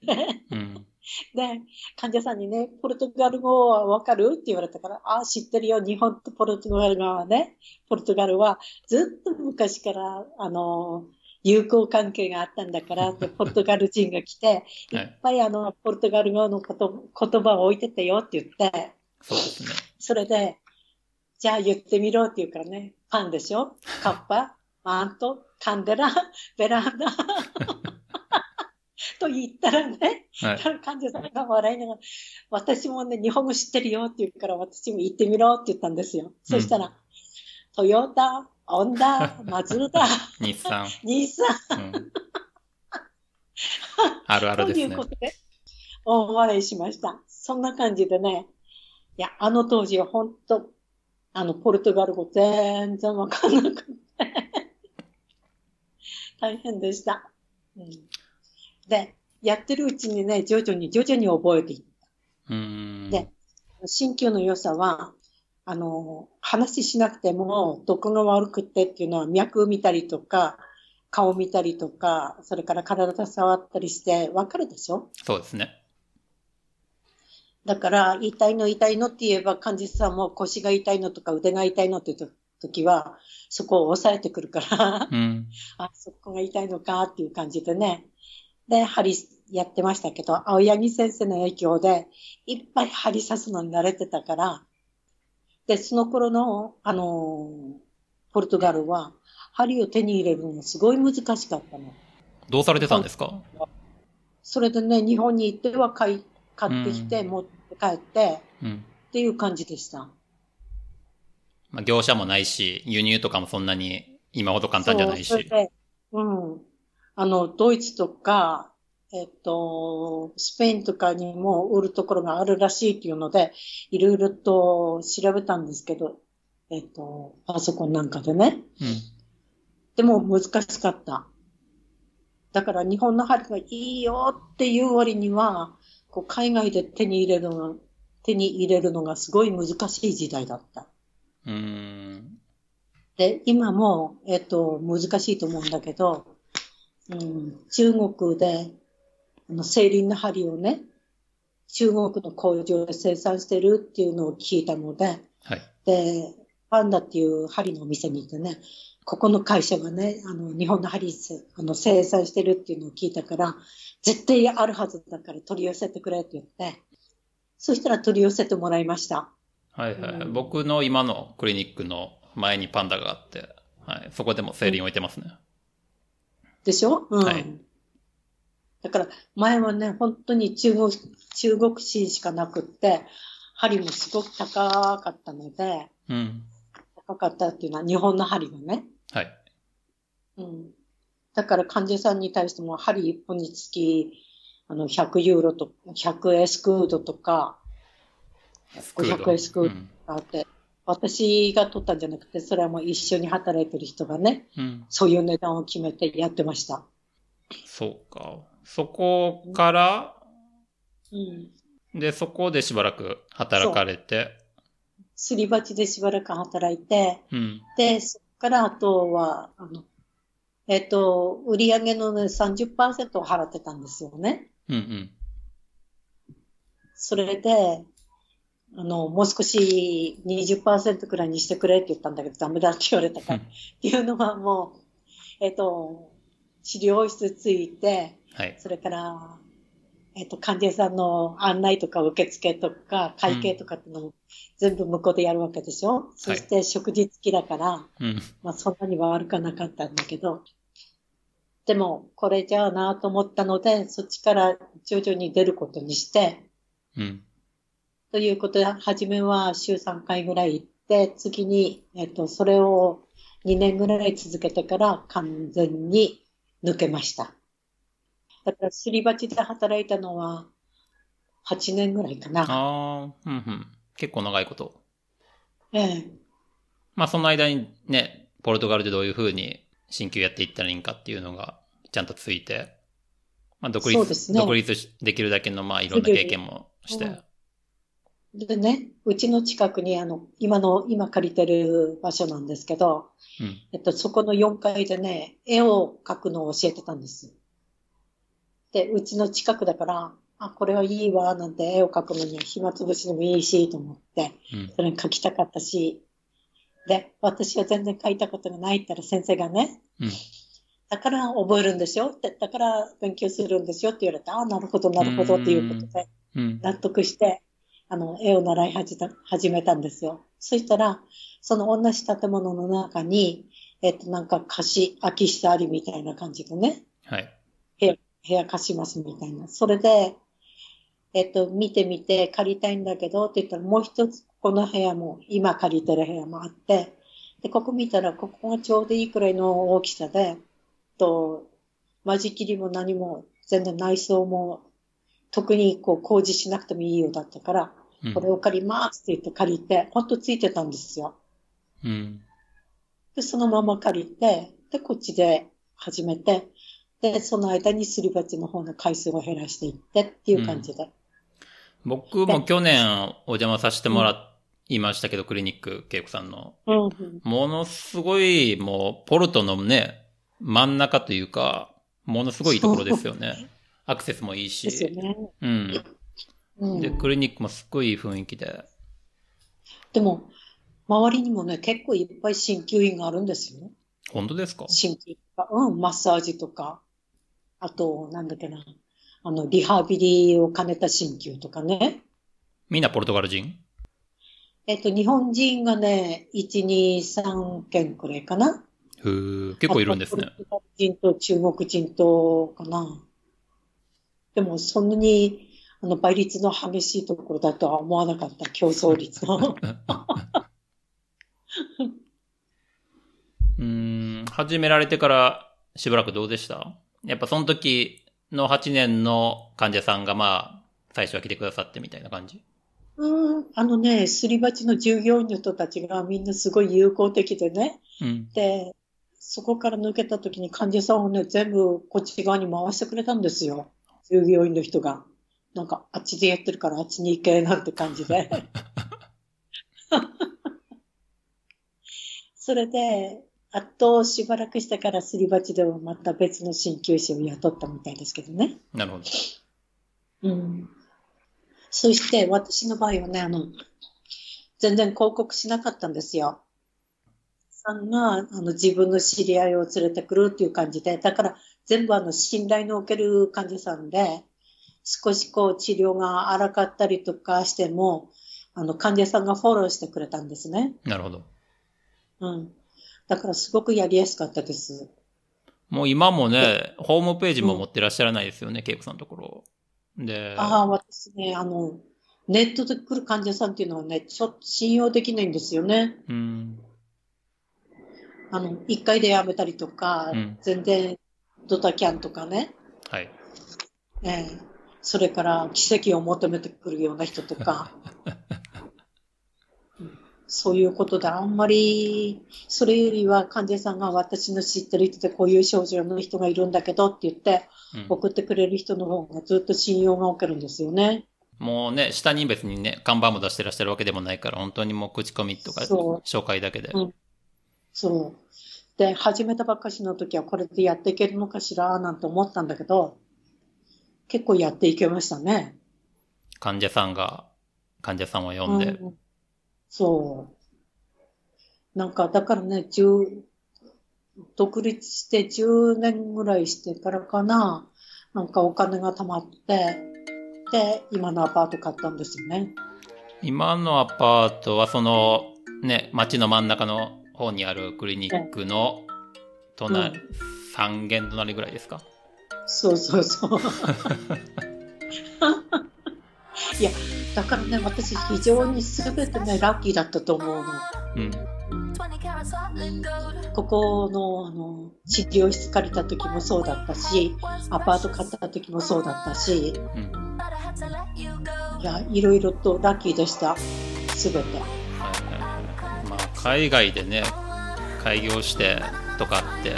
うん。
で、患者さんにね、ポルトガル語はわかるって言われたから、ああ、知ってるよ。日本とポルトガルはね、ポルトガルはずっと昔から、あの、友好関係があったんだか らって、ポルトガル人が来て、い
はい
っぱいあの、ポルトガル語のこと言葉を置いててよって言って、
そうですね。
それで、じゃあ言ってみろって言うからね、パンでしょカッパ、マント、カンデラ、ベラン ダ。と言ったらね、
はい。
患者さんが笑いながら、私もね、日本語知ってるよって言うから、私も行ってみろって言ったんですよ。そしたら、トヨタ、ホンダ、マツ ダ、
日産。
ニーサ
うん。あるある
と
で
い
す
う
ね
こ。とで、大笑いしました。そんな感じでね、いや、あの当時は本当、あの、ポルトガル語全然わかんなくて、 大変でした、うん。で、やってるうちにね、徐々に徐々に覚えていって
うーん。
ね新旧の良さは、あの、話しなくても、どこが悪くてっていうのは、脈見たりとか、顔見たりとか、それから体触ったりして分かるでしょ
そうですね。
だから、痛いの痛いのって言えば、患者さんも腰が痛いのとか腕が痛いのって言った時は、そこを抑えてくるから、
うん。
あ、そこが痛いのかっていう感じでね。で、針やってましたけど、青柳先生の影響で、いっぱい針刺すのに慣れてたから、で、その頃の、あのーポルトガルは、針を手に入れるのがすごい難しかったの。
どうされてたんですか
それでね、日本に行っては買い、買ってきて、
うん
持って帰って、
うん。
っていう感じでした。
まあ、業者もないし、輸入とかもそんなに今ほど簡単じゃないし。
そうそれでうん。あの、ドイツとか、えっと、スペインとかにも売るところがあるらしいっていうので、いろいろと調べたんですけど、えっと、パソコンなんかでね。
うん。
でも難しかった。だから日本の針がいいよっていう割には、こう海外で手に入れるのが、手に入れるのがすごい難しい時代だった。
うーん。
で、今も、えっと、難しいと思うんだけど、うん、中国で、あの、セイリンの針をね、中国の工場で生産してるっていうのを聞いたので、
はい。
で、パンダっていう針のお店に行ってね、ここの会社がね、あの、日本の針せあの生産してるっていうのを聞いたから、絶対あるはずだから取り寄せてくれって言って、そしたら取り寄せてもらいました。
はいはいはい。
うん
僕の今のクリニックの前にパンダがあって、はい。そこでもセイリン置いてますね。
でしょうん。
はい
だから、前はね、本当に中国、中国人しかなくって、針もすごく高かったので、
うん。
高かったっていうのは日本の針がね。
はい。
うん。だから患者さんに対しても針1本につき、あの、100ユーロと、100エスクードとか、
ス
500エスクー
う
ド
ん。
あって、私が取ったんじゃなくて、それはもう一緒に働いてる人がね、
うん。
そういう値段を決めてやってました。
そうか。そこから、
うん。
で、そこでしばらく働かれて、
すり鉢でしばらく働いて、
うん。
で、そこからあとは、あの、えっ、と、売り上げのね、30%を払ってたんですよね。
うんうん。
それで、あの、もう少し20%くらいにしてくれって言ったんだけど、ダメだって言われたから。っていうのはもう、え っ、と、治療室ついて、
はい。
それから、えっ、と、患者さんの案内とか受付とか会計とかっていうのも全部向こうでやるわけでしょ、そして食事付きだから、
うん。
まあそんなには悪くはなかったんだけど、でもこれじゃあなと思ったので、そっちから徐々に出ることにして、
うん。
ということで、初めは週3回ぐらい行って、次に、えっと、それを2年ぐらい続けてから完全に抜けました。だから、すり鉢で働いたのは8年ぐらいかな。
ああ、うんうん。結構長いこと。
ええ、
まあ、その間にね、ポルトガルでどういう風に新旧やっていったらいいんかっていうのが、ちゃんとついて、まあ、独
そう
立、
ですね
独立しできるだけの、まあ、いろんな経験もして。
うんでね、うちの近くに、あの、今の、今借りてる場所なんですけど、
うん。
えっと、そこの4階でね、絵を描くのを教えてたんです。で、うちの近くだから、あ、これはいいわ、なんて絵を描くのには暇つぶしでもいいし、と思って、
うん。
それに描きたかったし、で、私は全然描いたことがないって言ったら先生がね、
うん。
だから覚えるんでしょって、だから勉強するんですよって言われて、あ、なるほど、なるほど、っていうことで、
うん。
納得して、あの、絵を習い始めた始めたんですよ。そしたら、その同じ建物の中に、えっと、なんか貸し、空き室ありみたいな感じでね、
はい。
部屋貸しますみたいな。それで、えっと、見てみて借りたいんだけどって言ったら、もう一つこの部屋も、今借りてる部屋もあって、で、ここ見たら、ここがちょうどいいくらいの大きさで、と、間仕切りも何も、全然内装も、特にこう工事しなくてもいいようだったから、
うん
これを借りますって言って借りて、ほんとついてたんですよ。
うん。
で、そのまま借りて、で、こっちで始めて、で、その間にすり鉢の方の回数を減らしていってっていう感じで。
僕も去年お邪魔させてもらいましたけど、クリニック、恵子さんの。
うん。
ものすごい、もう、ポルトのね、真ん中というか、ものすごいいいところですよね。アクセスもいいし。
ですよね。
うん。
うん、
で、クリニックもすっごいいい雰囲気で。
でも、周りにもね、結構いっぱい鍼灸院があるんですよ。
本当ですか
鍼灸とか、うん、マッサージとか、あと、なんだっけな、あの、リハビリを兼ねた鍼灸とかね。
みんなポルトガル人
えっと、日本人がね、1、2、3件くらいかな。
ふー、結構いるんですね
あ。とポルトガル人と中国人とかな。でも、そんなに、あの、倍率の激しいところだとは思わなかった、競争率 の。
うーん、始められてからしばらくどうでしたやっぱその時の8年の患者さんがまあ、最初は来てくださってみたいな感じ
うん、あのね、すり鉢の従業員の人たちがみんなすごい友好的でね。
うん。
で、そこから抜けた時に患者さんをね、全部こっち側に回してくれたんですよ。従業員の人が。なんか、あっちでやってるからあっちに行け、なんて感じで。それで、あとしばらくしてからすり鉢でもまた別の鍼灸師を雇ったみたいですけどね。
なるほど。
うんそして私の場合はね、あの、全然広告しなかったんですよ。さんがあの自分の知り合いを連れてくるっていう感じで、だから全部あの信頼のおける患者さんで、少しこう治療が荒かったりとかしても、あの患者さんがフォローしてくれたんですね。
なるほど。
うん。だからすごくやりやすかったです。
もう今もね、ホームページも持ってらっしゃらないですよね、ケイコさんのところ。で、
ああ、私ね、あの、ネットで来る患者さんっていうのはね、ちょっと信用できないんですよね。
うん。
あの、一回でやめたりとか、
うん
全然ドタキャンとかね、
はい。
ええそれから奇跡を求めてくるような人と か、うんそういうことであんまり、それよりは患者さんが私の知ってる人でこういう症状の人がいるんだけどって言って
うん
送ってくれる人の方がずっと信用が置けるんですよね。
もうね、下に別にね、看板も出してらっしゃるわけでもないから、本当にもう口コミとか、
そ
紹介だけで。
うんそう。で、始めたばっかしの時はこれでやっていけるのかしらなんて思ったんだけど、結構やっていけましたね。
患者さんが、患者さんを呼んで。
うんそう。なんか、だからね、10独立して10年ぐらいしてからかな、なんかお金が貯まって、で、今のアパート買ったんですよね。
今のアパートは、その、ね、街の真ん中の方にあるクリニックの隣、
う
3軒隣ぐらいですか
そうそうそう。いや、だからね、私非常に全てね、ラッキーだったと思うの。
うん。
ここのあの治療室借りた時もそうだったし、アパート買った時もそうだったし、
うん。
いや、いろいろとラッキーでした。すべて。
はいはいまあ、海外でね開業してとかって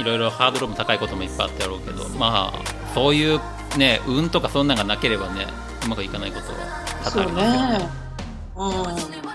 いろいろハードルも高いこともいっぱいあったやろうけどまあそういうね運とかそんなんがなければねうまくいかないことは多
そう
々ありますよね
ね。うん。